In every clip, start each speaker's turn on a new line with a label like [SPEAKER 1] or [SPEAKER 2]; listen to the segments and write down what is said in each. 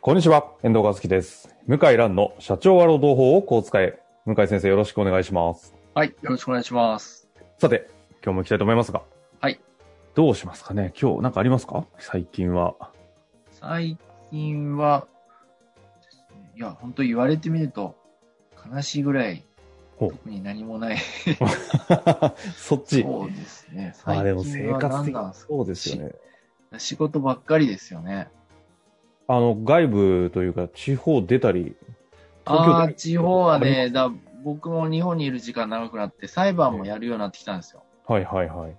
[SPEAKER 1] こんにちは、遠藤和樹です。向井蘭の社長は労働法をこう使え。向井先生よろしくお願いします。
[SPEAKER 2] はい、よろしくお願いします。
[SPEAKER 1] さて、今日も行きたいと思いますが。
[SPEAKER 2] はい。
[SPEAKER 1] どうしますかね今日なんかありますか最近 は。
[SPEAKER 2] 最近は、いや、本当言われてみると、悲しいぐらい、
[SPEAKER 1] ほう
[SPEAKER 2] 特に何も ない。
[SPEAKER 1] そっち。
[SPEAKER 2] そうですね。
[SPEAKER 1] ま あでも生
[SPEAKER 2] 最近は
[SPEAKER 1] 活的
[SPEAKER 2] 何なんです
[SPEAKER 1] そうですよね。
[SPEAKER 2] か仕事ばっかりですよね。
[SPEAKER 1] あの、外部というか地方出たり。東京
[SPEAKER 2] あ
[SPEAKER 1] だ
[SPEAKER 2] あー、地方は
[SPEAKER 1] あ
[SPEAKER 2] ね、だ僕も日本にいる時間長くなって、裁判もやるようになってきたんですよ。
[SPEAKER 1] はいはいはい。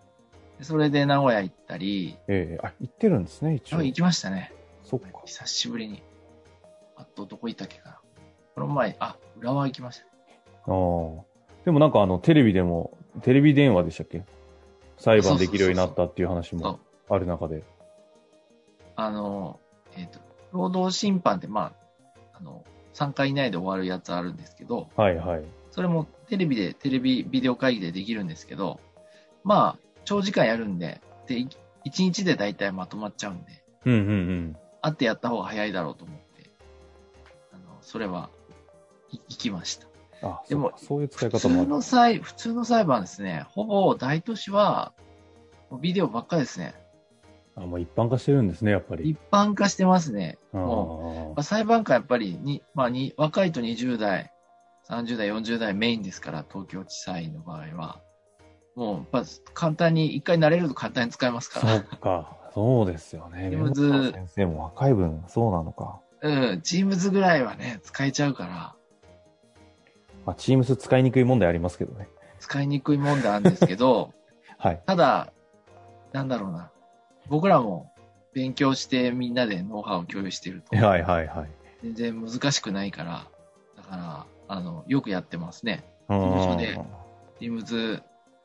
[SPEAKER 2] でそれで名古屋行ったり、
[SPEAKER 1] ええあ、行ってるんですね、一
[SPEAKER 2] あ
[SPEAKER 1] 応。
[SPEAKER 2] 行きましたね。
[SPEAKER 1] そっか。
[SPEAKER 2] 久しぶりに。あと、どこ行ったっけかな。この前、あ、浦和行きました。
[SPEAKER 1] ああ。でもなんかあの、テレビでも、テレビ電話でしたっけ裁判できるようになったっていう話
[SPEAKER 2] そう
[SPEAKER 1] も。ある中で。
[SPEAKER 2] あの、えっ、と、労働審判って、まあ、あの、3回以内で終わるやつあるんですけど、
[SPEAKER 1] はいはい。
[SPEAKER 2] それもテレビで、テレビ、ビデオ会議でできるんですけど、まあ、長時間やるんで、で、1日で大体まとまっちゃうんで、
[SPEAKER 1] うんうんうん。
[SPEAKER 2] 会ってやった方が早いだろうと思って、あの、それは、い行きました。
[SPEAKER 1] あ、
[SPEAKER 2] で
[SPEAKER 1] そう
[SPEAKER 2] も
[SPEAKER 1] かそういう使い
[SPEAKER 2] 普
[SPEAKER 1] 方
[SPEAKER 2] 通
[SPEAKER 1] もある。
[SPEAKER 2] の裁、普通の裁判ですね、ほぼ大都市は、もうビデオばっかりですね。
[SPEAKER 1] あ、もう一般化してるんですね、やっぱり。
[SPEAKER 2] 一般化してますね。
[SPEAKER 1] あ
[SPEAKER 2] もう
[SPEAKER 1] ー
[SPEAKER 2] まあ、裁判官やっぱりに、まあ、に若いと20代、30代、40代メインですから、東京地裁の場合は。もう、やっぱ簡単に、一回慣れると簡単に使えます
[SPEAKER 1] そ
[SPEAKER 2] か
[SPEAKER 1] っか。そうですよね。
[SPEAKER 2] でもず
[SPEAKER 1] 弁護士の先生も若い分、そうなのか。
[SPEAKER 2] ら。うん、チームズぐらいはね、使えちゃうから、
[SPEAKER 1] まあ、チームス使いにくい問題ありますけどね。
[SPEAKER 2] 使いにくいもんであるんですけど、
[SPEAKER 1] はい。
[SPEAKER 2] ただ、なんだろうな。僕らも勉強してみんなでノウハウを共有してると、
[SPEAKER 1] はいはいはい。
[SPEAKER 2] 全然難しくないから、だから、あの、よくやってますね。
[SPEAKER 1] う
[SPEAKER 2] 事務所
[SPEAKER 1] ん
[SPEAKER 2] で Teams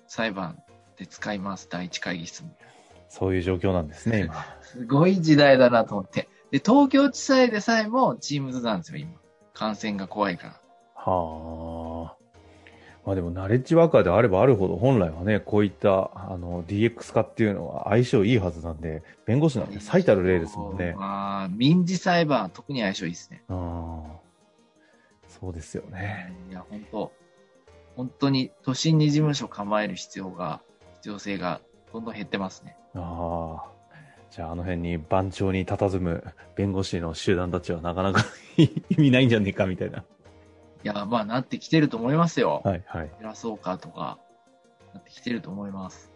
[SPEAKER 2] 裁判で使います、第一会議室みたい
[SPEAKER 1] そういう状況なんですね、今。
[SPEAKER 2] な。 すごい時代だなと思って。で、東京地裁でさえも Teams なんですよ、今。感染が怖いから。
[SPEAKER 1] はあ。まあでも、ナレッジワーカーであればあるほど、本来はね、こういった、あの、DX 化っていうのは相性いいはずなんで、弁護士なんて最たる例ですもんね。
[SPEAKER 2] まあ、民事裁判は特に相性いいですね。
[SPEAKER 1] うん。そうですよね。
[SPEAKER 2] いや、本当本当に都心に事務所構える必要が、必要性がどんどん減ってますね。
[SPEAKER 1] ああ。じゃあ、あの辺に番長に佇む弁護士の集団たちはなかなか意味ないんじゃねえかみたいな。
[SPEAKER 2] いや、まあ、なってきてると思いますよ。
[SPEAKER 1] はいはい。
[SPEAKER 2] 減らそうかとか、なってきてると思います。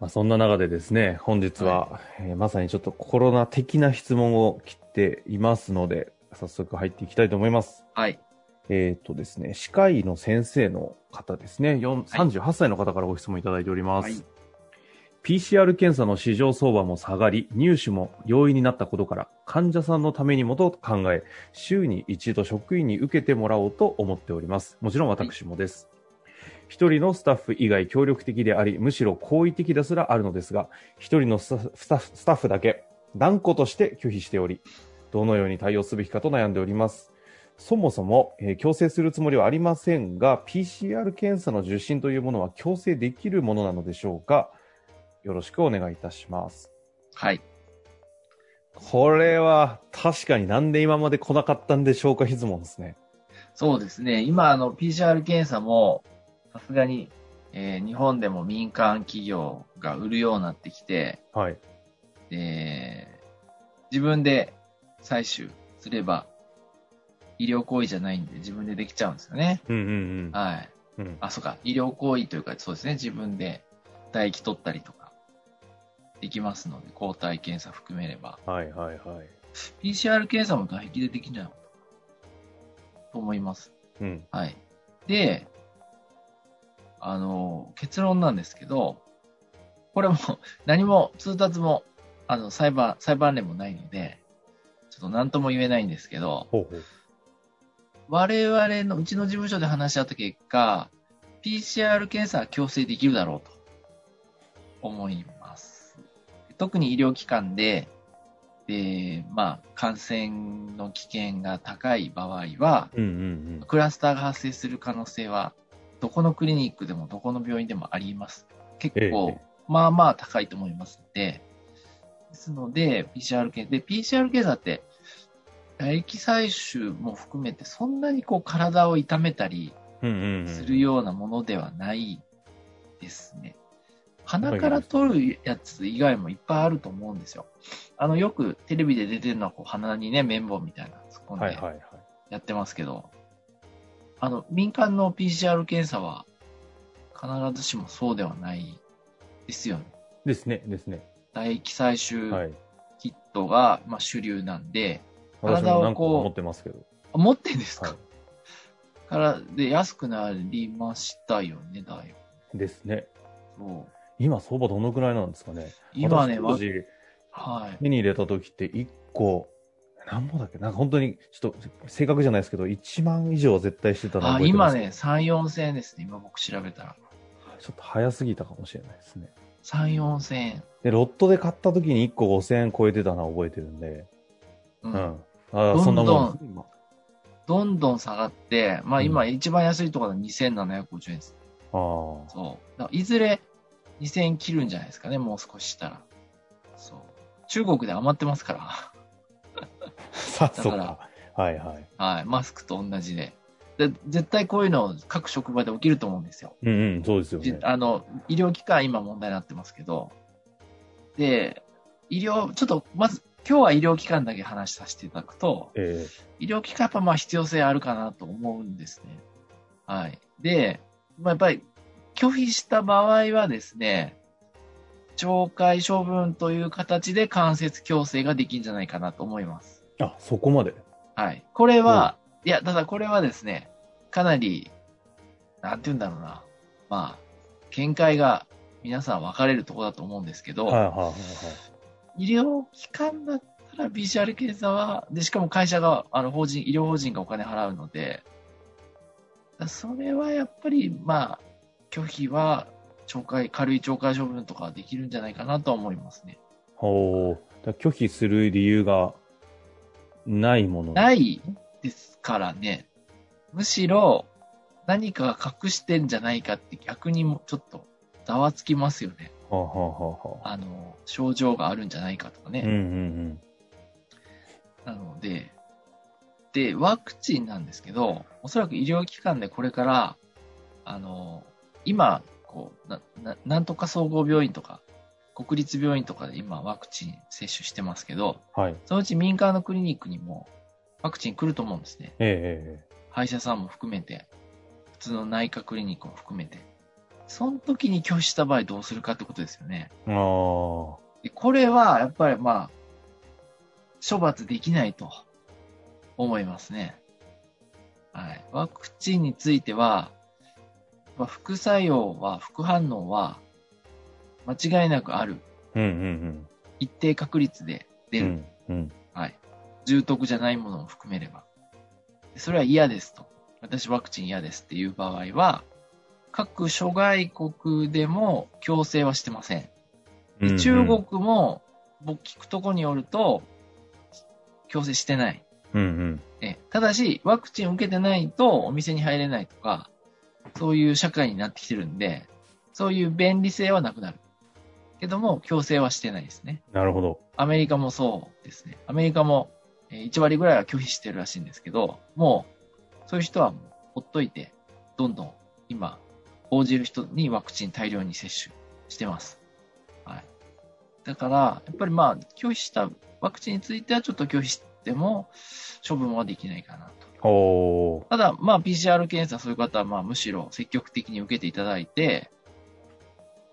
[SPEAKER 1] まあ、そんな中でですね、本日は、えーまさにちょっとコロナ的な質問を切っていますので、早速入っていきたいと思います。
[SPEAKER 2] はい。
[SPEAKER 1] えっ、とですね、歯科医の先生の方ですね、よん38歳の方からご質問いただいております。
[SPEAKER 2] はい
[SPEAKER 1] PCR 検査の市場相場も下がり、入手も容易になったことから、患者さんのためにもと考え、週に一度職員に受けてもらおうと思っております。もちろん私もです。一人のスタッフ以外協力的であり、むしろ好意的ですらあるのですが、一人のスタッフスタッフスタッフだけ、断固として拒否しており、どのように対応すべきかと悩んでおります。そもそも、えー強制するつもりはありませんが、PCR 検査の受診というものは強制できるものなのでしょうかよろしくお願いいたします。
[SPEAKER 2] はい。
[SPEAKER 1] これは確かになんで今まで来なかったんでしょうか質問ですね。
[SPEAKER 2] そうですね。今、あの、PCR 検査も、さすがに、えー日本でも民間企業が売るようになってきて、
[SPEAKER 1] はい。
[SPEAKER 2] で、自分で採取すれば、医療行為じゃないんで自分でできちゃうんですよね。
[SPEAKER 1] うんうん
[SPEAKER 2] はい。
[SPEAKER 1] うん。うん、
[SPEAKER 2] あ、そうか。医療行為というか、そうですね。自分で唾液取ったりとか、できますので、抗体検査含めれば。
[SPEAKER 1] はいはいはい。
[SPEAKER 2] PCR 検査も唾液でできんじゃないかと思います。
[SPEAKER 1] うん。
[SPEAKER 2] はい。で、あの、結論なんですけど、これも 何も通達も、あの、裁判、裁判例もないので、ちょっと何とも言えないんですけど、
[SPEAKER 1] ほうほう。
[SPEAKER 2] 我々のうちの事務所で話し合った結果、PCR 検査は強制できるだろうと思います。特に医療機関で、で、まあ、感染の危険が高い場合は、
[SPEAKER 1] うんうん
[SPEAKER 2] クラスターが発生する可能性は、どこのクリニックでもどこの病院でもあります。結構
[SPEAKER 1] え、
[SPEAKER 2] まあまあ高いと思いますので、ですので、PCR 検査、で、PCR 検査って、唾液採取も含めて、そんなにこう体を痛めたり
[SPEAKER 1] うん。うんうんうん。
[SPEAKER 2] するようなものではないですね。鼻から取るやつ以外もいっぱいあると思うんですよ。あの、よくテレビで出てるのは、こう鼻にね、綿棒みたいなの突っ込んで、
[SPEAKER 1] はいはいはい。
[SPEAKER 2] やってますけど、あの、民間の PCR 検査は必ずしもそうではないですよね。
[SPEAKER 1] ですね、ですね。
[SPEAKER 2] 唾液採
[SPEAKER 1] は
[SPEAKER 2] 取
[SPEAKER 1] い。
[SPEAKER 2] キットが、まあ、主流なんで、
[SPEAKER 1] 私
[SPEAKER 2] 体
[SPEAKER 1] も
[SPEAKER 2] を
[SPEAKER 1] なんか
[SPEAKER 2] こう
[SPEAKER 1] 思ってますけど。
[SPEAKER 2] あ持ってんですか、
[SPEAKER 1] は
[SPEAKER 2] から、で、安くなりましたよね、だい
[SPEAKER 1] い。ですね。
[SPEAKER 2] ぶ。そう
[SPEAKER 1] 今、相場どのぐらいなんですかね。
[SPEAKER 2] 今ね、
[SPEAKER 1] 私当
[SPEAKER 2] わ
[SPEAKER 1] 時
[SPEAKER 2] はい。
[SPEAKER 1] 手に入れた時って1個、何本だっけなんか本当に、ちょっと正確じゃないですけど、1万以上は絶対してたの
[SPEAKER 2] あ
[SPEAKER 1] 覚えてま
[SPEAKER 2] 今
[SPEAKER 1] す。
[SPEAKER 2] ね、3、4千円ですね、今僕調べたら。
[SPEAKER 1] ちょっと早すぎたかもしれないですね。
[SPEAKER 2] 3、4千円。
[SPEAKER 1] で、ロットで買った時に1個5000円超えてたのは覚えてるんで。う
[SPEAKER 2] う。
[SPEAKER 1] んん。ああ、
[SPEAKER 2] ど
[SPEAKER 1] そん
[SPEAKER 2] ん
[SPEAKER 1] な
[SPEAKER 2] どん
[SPEAKER 1] もん。今
[SPEAKER 2] どんどん下がって、まあ
[SPEAKER 1] うん
[SPEAKER 2] 今一番安いところは2750円です。
[SPEAKER 1] ああ。
[SPEAKER 2] そう。だからいずれ2000円切るんじゃないですかね、もう少ししたら。そう。中国で余ってますか
[SPEAKER 1] さあ、
[SPEAKER 2] だ
[SPEAKER 1] そ
[SPEAKER 2] か
[SPEAKER 1] っ
[SPEAKER 2] ら
[SPEAKER 1] か。はいはい。
[SPEAKER 2] ら。 はい。マスクと同じで。で絶対こういうの各職場で起きると思うんですよ。
[SPEAKER 1] うんうん、そうですよ
[SPEAKER 2] じ
[SPEAKER 1] ね。
[SPEAKER 2] あの、医療機関今問題になってますけど。で、医療、ちょっとまず、今日は医療機関だけ話させていただくと、
[SPEAKER 1] え
[SPEAKER 2] 医療機関やっぱまあ必要性あるかなと思うんですね。はい。で、まあ、やっぱり拒否した場合はですね、懲戒処分という形で間接強制ができるんじゃないかなと思います。
[SPEAKER 1] えあ、そこまで。
[SPEAKER 2] はい。これは、いや、ただこれはですね、かなり、なんて言うんだろうな。まあ、見解が皆さん分かれるところだと思うんですけど、
[SPEAKER 1] はいはいはいはい。
[SPEAKER 2] 医療機関だったら PCR 検査は、で、しかも会社が、あの、法人、医療法人がお金払うので、だそれはやっぱり、まあ、拒否は、懲戒、軽い懲戒処分とかはできるんじゃないかなとは思いますね。
[SPEAKER 1] ほう。だから拒否する理由がないもの。
[SPEAKER 2] ないですからね。むしろ、何かが隠してんじゃないかって逆にもちょっとざわつきますよね。
[SPEAKER 1] はあ、はあはあはあ、
[SPEAKER 2] あの、症状があるんじゃないかとかね。
[SPEAKER 1] うんうん
[SPEAKER 2] なので、で、ワクチンなんですけど、おそらく医療機関でこれから、あの、今、こう、な、ななんとか総合病院とか、国立病院とかで今ワクチン接種してますけど、
[SPEAKER 1] うん。はい。
[SPEAKER 2] そのうち民間のクリニックにもワクチン来ると思うんですね。
[SPEAKER 1] え
[SPEAKER 2] 歯医者さんも含めて、普通の内科クリニックも含めて。その時に拒否した場合どうするかってことですよね。
[SPEAKER 1] えええあ
[SPEAKER 2] でこれは、やっぱりまあ、処罰できないと思いますね。はい。ワクチンについては、まあ副作用は、副反応は、間違いなくある。
[SPEAKER 1] あ。うんうん
[SPEAKER 2] 一定確率で
[SPEAKER 1] うん。
[SPEAKER 2] 出
[SPEAKER 1] う
[SPEAKER 2] る。
[SPEAKER 1] んうん。
[SPEAKER 2] はい。重篤じゃないものも含めれば。それは嫌ですと。私ワクチン嫌ですっていう場合は、各諸外国でも強制はしてません。
[SPEAKER 1] うんう
[SPEAKER 2] で
[SPEAKER 1] ん
[SPEAKER 2] 中国。も、僕聞くとこによると、強制してない。
[SPEAKER 1] うんうん。
[SPEAKER 2] えただし、ワクチン受けてないとお店に入れないとか、そういう社会になってきてるんで、そういう便利性はなくなる。けども、強制はしてないですね。
[SPEAKER 1] なるほど。
[SPEAKER 2] アメリカもそうですね。アメリカもえー1割ぐらいは拒否してるらしいんですけど、もう、そういう人はもうほっといて、どんどん今、応じる人にワクチン大量に接種してます。はい。だから、やっぱりまあ、拒否したワクチンについてはちょっと拒否しても処分はできないかなと。
[SPEAKER 1] おー。
[SPEAKER 2] ただ、まあ、PCR 検査そういう方は、まあ、むしろ積極的に受けていただいて、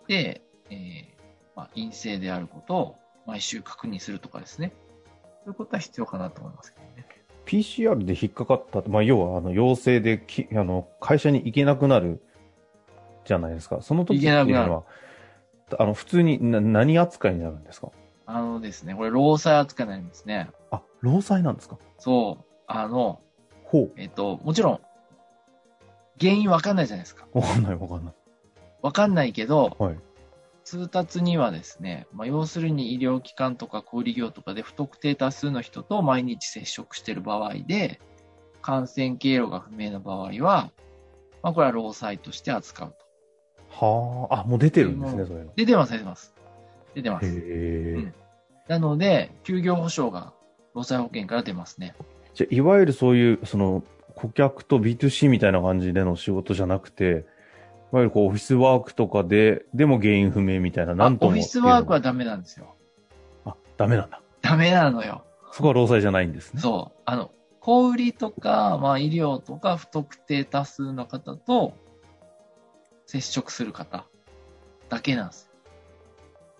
[SPEAKER 2] で、えーまあ、陰性であることを毎週確認するとかですね。そういうことは必要かなと思いますけどね。
[SPEAKER 1] PCR で引っかかったって、まあ、要はあの陽性できあの会社に行けなくなるじゃないですか、その時っていう
[SPEAKER 2] 行けなく
[SPEAKER 1] の
[SPEAKER 2] な
[SPEAKER 1] は、あの、普通にな何扱いになるんですか
[SPEAKER 2] あのですね、これ、労災扱いになりますね。
[SPEAKER 1] あ、労災なんですか
[SPEAKER 2] そう、あの、
[SPEAKER 1] ほ
[SPEAKER 2] えっと、もちろん、原因わかんないじゃないですか。
[SPEAKER 1] う。わかんないわかんない。
[SPEAKER 2] わかんないけど、
[SPEAKER 1] はい。
[SPEAKER 2] 通達にはですね、まあ、要するに医療機関とか小売業とかで不特定多数の人と毎日接触している場合で、感染経路が不明な場合は、まあ、これは労災として扱うと。
[SPEAKER 1] はあ、あ、もう出てるんですね、
[SPEAKER 2] うん
[SPEAKER 1] そういうの。
[SPEAKER 2] で、出ます、出てます。出てます。
[SPEAKER 1] へ
[SPEAKER 2] うん
[SPEAKER 1] え。
[SPEAKER 2] なので、休業保障が労災保険から出ますね。
[SPEAKER 1] じゃあいわゆるそういう、その、顧客と B2C みたいな感じでの仕事じゃなくて、いわゆるこう、オフィスワークとかで、でも原因不明みたいな、なんと
[SPEAKER 2] オ
[SPEAKER 1] も。
[SPEAKER 2] フィスワークはダメなんですよ。
[SPEAKER 1] あ、ダメなんだ。
[SPEAKER 2] ダメなのよ。
[SPEAKER 1] そこは労災じゃないんですね。
[SPEAKER 2] そう。あの、小売りとか、まあ医療とか不特定多数の方と接触する方だけなんです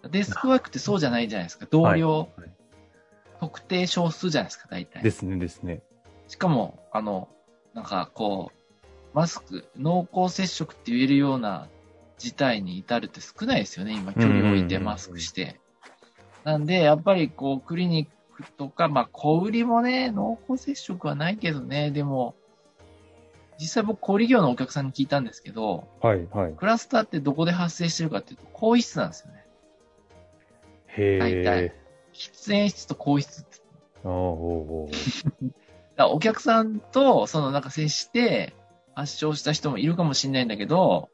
[SPEAKER 2] よ。デスクワークってそうじゃないじゃないですか。同僚、
[SPEAKER 1] はい
[SPEAKER 2] 特定少数じゃないですか、大体。
[SPEAKER 1] ですね、ですね。
[SPEAKER 2] しかも、あの、なんかこう、マスク、濃厚接触って言えるような事態に至るって少ないですよね、今、距離を置いて
[SPEAKER 1] うんうんうんうん
[SPEAKER 2] マスクして。なんで、やっぱりこう、クリニックとか、まあ、小売りもね、濃厚接触はないけどね、でも、実際僕、小売業のお客さんに聞いたんですけど、
[SPEAKER 1] はい、はい。
[SPEAKER 2] クラスターってどこで発生してるかっていうと、更衣室なんですよね。大
[SPEAKER 1] へ
[SPEAKER 2] 体
[SPEAKER 1] え。
[SPEAKER 2] 喫煙室と更衣室って
[SPEAKER 1] あーおうおうおう
[SPEAKER 2] だからお客さんと、そのなんか接して、発症した人もいるかもしれないんだけど、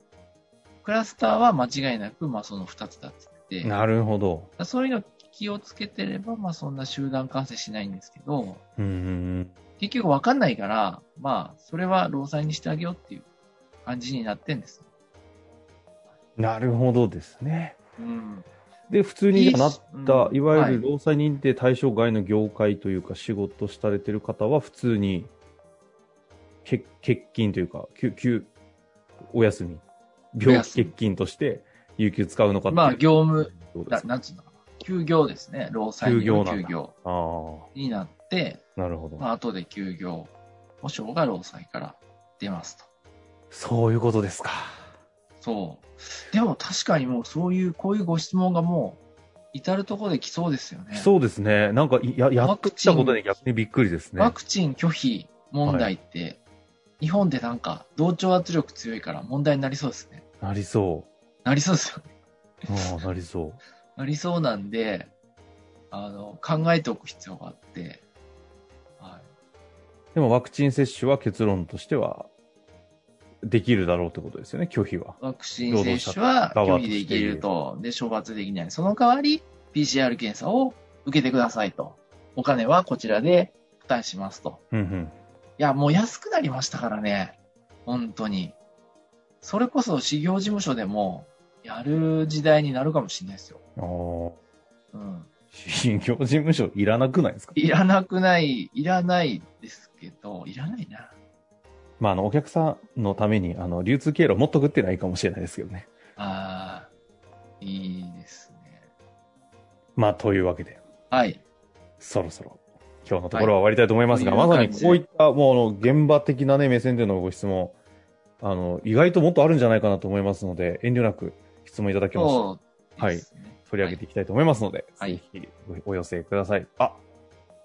[SPEAKER 2] クラスターは間違いなく、まあその二つだって言ってて、だか
[SPEAKER 1] なるほど。
[SPEAKER 2] らそういうの気をつけてれば、まあそんな集団感染しないんですけど、
[SPEAKER 1] うんうんうん。
[SPEAKER 2] 結局わかんないから、まあそれは労災にしてあげようっていう感じになってんです。
[SPEAKER 1] なるほどですね。
[SPEAKER 2] うん。
[SPEAKER 1] で、普通になっ
[SPEAKER 2] う
[SPEAKER 1] た、
[SPEAKER 2] ん
[SPEAKER 1] いわ
[SPEAKER 2] は
[SPEAKER 1] ゆ
[SPEAKER 2] い
[SPEAKER 1] る労災認定対象外の業界というか、仕事されてる方は、普通に、欠欠勤というか、休、休、お休み、病気欠勤として、有給使うのかっていう
[SPEAKER 2] まあ業務、
[SPEAKER 1] どうで
[SPEAKER 2] な
[SPEAKER 1] すか
[SPEAKER 2] なんつうのかな。休業ですね。労災による休
[SPEAKER 1] 休
[SPEAKER 2] 業
[SPEAKER 1] ああ、
[SPEAKER 2] になって、
[SPEAKER 1] なるほど。
[SPEAKER 2] まあ後で休業保障が労災から出ますと。
[SPEAKER 1] そういうことですか。
[SPEAKER 2] そう。でも確かにもうそういう、こういうご質問がもう、至るところで来そうですよね。
[SPEAKER 1] そうですね。なんか、いや、やってきたことで逆にびっくりですね
[SPEAKER 2] ワ。クチン拒否問題って、日本でなんか同調圧力強いから問題になりそうですね。
[SPEAKER 1] なりそ
[SPEAKER 2] なりそうですよね。
[SPEAKER 1] う。ああ、なりそう。
[SPEAKER 2] なりそうなんで、あの、考えておく必要があって、は
[SPEAKER 1] でもワクチン接種は結論としては、できるだろうってことですよね、拒否は。
[SPEAKER 2] い。ワクチン接種は
[SPEAKER 1] 労働者側と
[SPEAKER 2] 拒否
[SPEAKER 1] して
[SPEAKER 2] できると、で、処罰できない。その代わり、PCR 検査を受けてくださいと。お金はこちらで負担しますと。
[SPEAKER 1] うんうん。
[SPEAKER 2] いや、もう安くなりましたからね。本当に。それこそ修行事務所でも、やる時代になるかもしれないですよ。
[SPEAKER 1] ああ、
[SPEAKER 2] うん。
[SPEAKER 1] 信業事務所いらなくないですか
[SPEAKER 2] いらなくない、いらないですけど、いらないな。
[SPEAKER 1] まあ、あの、お客さんのために、あの、流通経路を持っとくっていうのはいいかもしれないですけどね。
[SPEAKER 2] あー、いいですね。
[SPEAKER 1] まあ、というわけで、
[SPEAKER 2] はい。
[SPEAKER 1] そろそろ、今日のところは終わりたいと思いますが、
[SPEAKER 2] はい
[SPEAKER 1] まさにこういった、もう、あの現場的なね、目線でのご質問、あの、意外ともっとあるんじゃないかなと思いますので、遠慮なく質問いただけますと
[SPEAKER 2] そうですね。
[SPEAKER 1] 取り上げていきたいと思いますので、
[SPEAKER 2] はい
[SPEAKER 1] ぜひお寄せください。あ、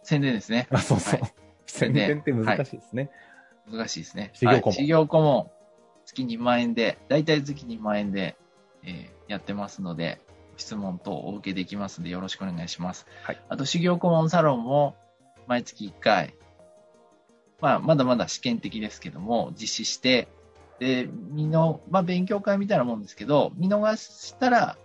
[SPEAKER 2] 宣伝ですね。
[SPEAKER 1] あ、そうそう。
[SPEAKER 2] は
[SPEAKER 1] 宣伝って難しいですね。
[SPEAKER 2] 難しいですね。
[SPEAKER 1] 修行顧問
[SPEAKER 2] はい、修行顧問、月2万円で、だいたい月2万円で、えーやってますので、質問等お受けできますので、よろしくお願いします。
[SPEAKER 1] はい
[SPEAKER 2] あと、修行顧問サロンも、毎月1回、まあ、まだまだ試験的ですけども、実施して、で、見の、まあ、勉強会みたいなもんですけど、見逃したら、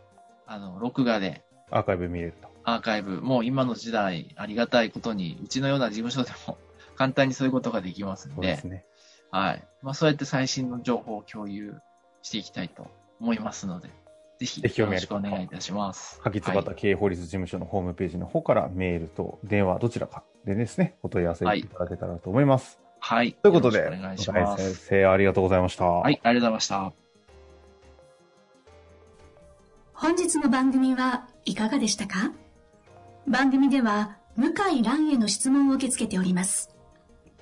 [SPEAKER 2] あの、録画で、
[SPEAKER 1] アーカイブ見れると。
[SPEAKER 2] アーカイブ、もう今の時代、ありがたいことに、うちのような事務所でも、簡単にそういうことができます
[SPEAKER 1] そう
[SPEAKER 2] の
[SPEAKER 1] で、
[SPEAKER 2] です
[SPEAKER 1] ね。
[SPEAKER 2] はい。まあ、そうやって最新の情報を共有していきたいと思いますので、ぜひ
[SPEAKER 1] ぜひ
[SPEAKER 2] よ
[SPEAKER 1] お
[SPEAKER 2] ろ
[SPEAKER 1] 願い
[SPEAKER 2] し
[SPEAKER 1] し
[SPEAKER 2] く
[SPEAKER 1] ま
[SPEAKER 2] お
[SPEAKER 1] す
[SPEAKER 2] 願いいたします。
[SPEAKER 1] かきつばた経営法律事務所のホームページの方からメールと電話どちらかでですね、お問い合わせいただけたらと思います。
[SPEAKER 2] はい。
[SPEAKER 1] ということで、
[SPEAKER 2] よろしくお願いしま
[SPEAKER 1] 向井先
[SPEAKER 2] す。
[SPEAKER 1] 生ありがとうございました。は
[SPEAKER 2] はい、ありがとうございました。
[SPEAKER 3] 本日の番組はいかがでしたか番組では向井蘭への質問を受け付けております。